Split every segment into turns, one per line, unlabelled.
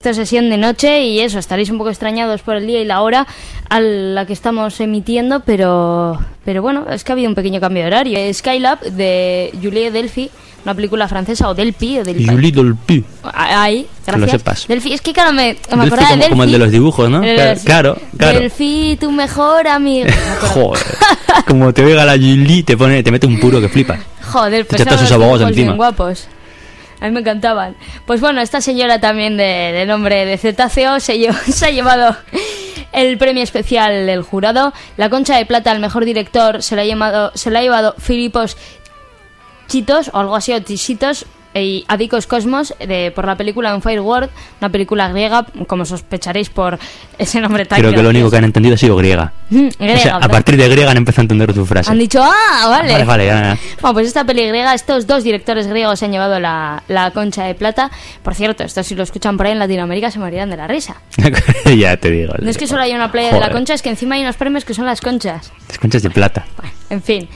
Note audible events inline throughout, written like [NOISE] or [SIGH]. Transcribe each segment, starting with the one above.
esta sesión de noche y eso, estaréis un poco extrañados por el día y la hora a la que estamos emitiendo, pero, pero bueno, es que ha habido un pequeño cambio de horario. Eh, Skylab de Julie Delphi, una película francesa, o Delphi, o Delphi. [LAUGHS]
Julie Dolpy.
Ahí, gracias.
lo sepas.
Delphi, es que claro, me, me
Delphi
acordaba de
como,
Delphi.
como el de los dibujos, ¿no?
Eh,
Claro,
sí.
claro. claro.
Delphi, tu mejor
[LAUGHS]
amigo. No me acuerdo.
Joder. Como te oiga la Julie, te, pone, te mete un puro que flipas.
Joder,
Te
pues
echas
eran
esos
unos
abogados
dibujos bien
encima.
guapos. A mí me encantaban. Pues bueno, esta señora también de, de nombre de cetáceo se, lle- [LAUGHS] se ha llevado el premio especial del jurado. La concha de plata al mejor director se la ha, llamado, se la ha llevado Filipos Chitos o algo así, o Chisitos y Adicos Cosmos de, por la película Fire World, una película griega, como sospecharéis por ese nombre tan
Creo que lo único que
gracioso.
han entendido ha sido griega.
Mm, [LAUGHS]
o sea,
griega,
a
¿verdad?
partir de griega han empezado a entender tu frase.
Han dicho, ah, vale.
Vale, vale, ya, [LAUGHS] ya.
Bueno, pues esta peli griega, estos dos directores griegos se han llevado la, la concha de plata. Por cierto, esto si lo escuchan por ahí en Latinoamérica se morirán de la risa.
ya te digo.
No es que solo haya una playa de la
Joder.
concha, es que encima hay unos premios que son las conchas.
Las conchas de plata.
Bueno, en fin.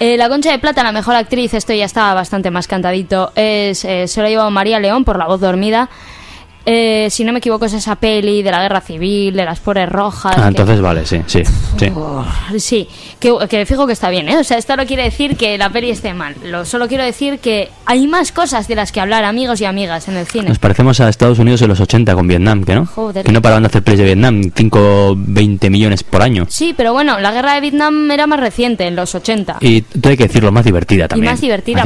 Eh, la concha de plata, la mejor actriz, esto ya estaba bastante más cantadito, es, eh, se lo ha llevado María León por la voz dormida. Eh, si no me equivoco es esa peli de la guerra civil, de las pobres rojas.
Ah,
que-
entonces vale, sí, sí, sí.
Oh, sí, que, que fijo que está bien, ¿eh? O sea, esto no quiere decir que la peli esté mal. Lo, solo quiero decir que hay más cosas de las que hablar, amigos y amigas, en el cine.
Nos parecemos a Estados Unidos en los 80 con Vietnam, ¿que no?
Joder.
Que no paraban de hacer plays de Vietnam, 5, 20 millones por año.
Sí, pero bueno, la guerra de Vietnam era más reciente, en los 80.
Y todo hay que decirlo, más divertida también.
más divertida,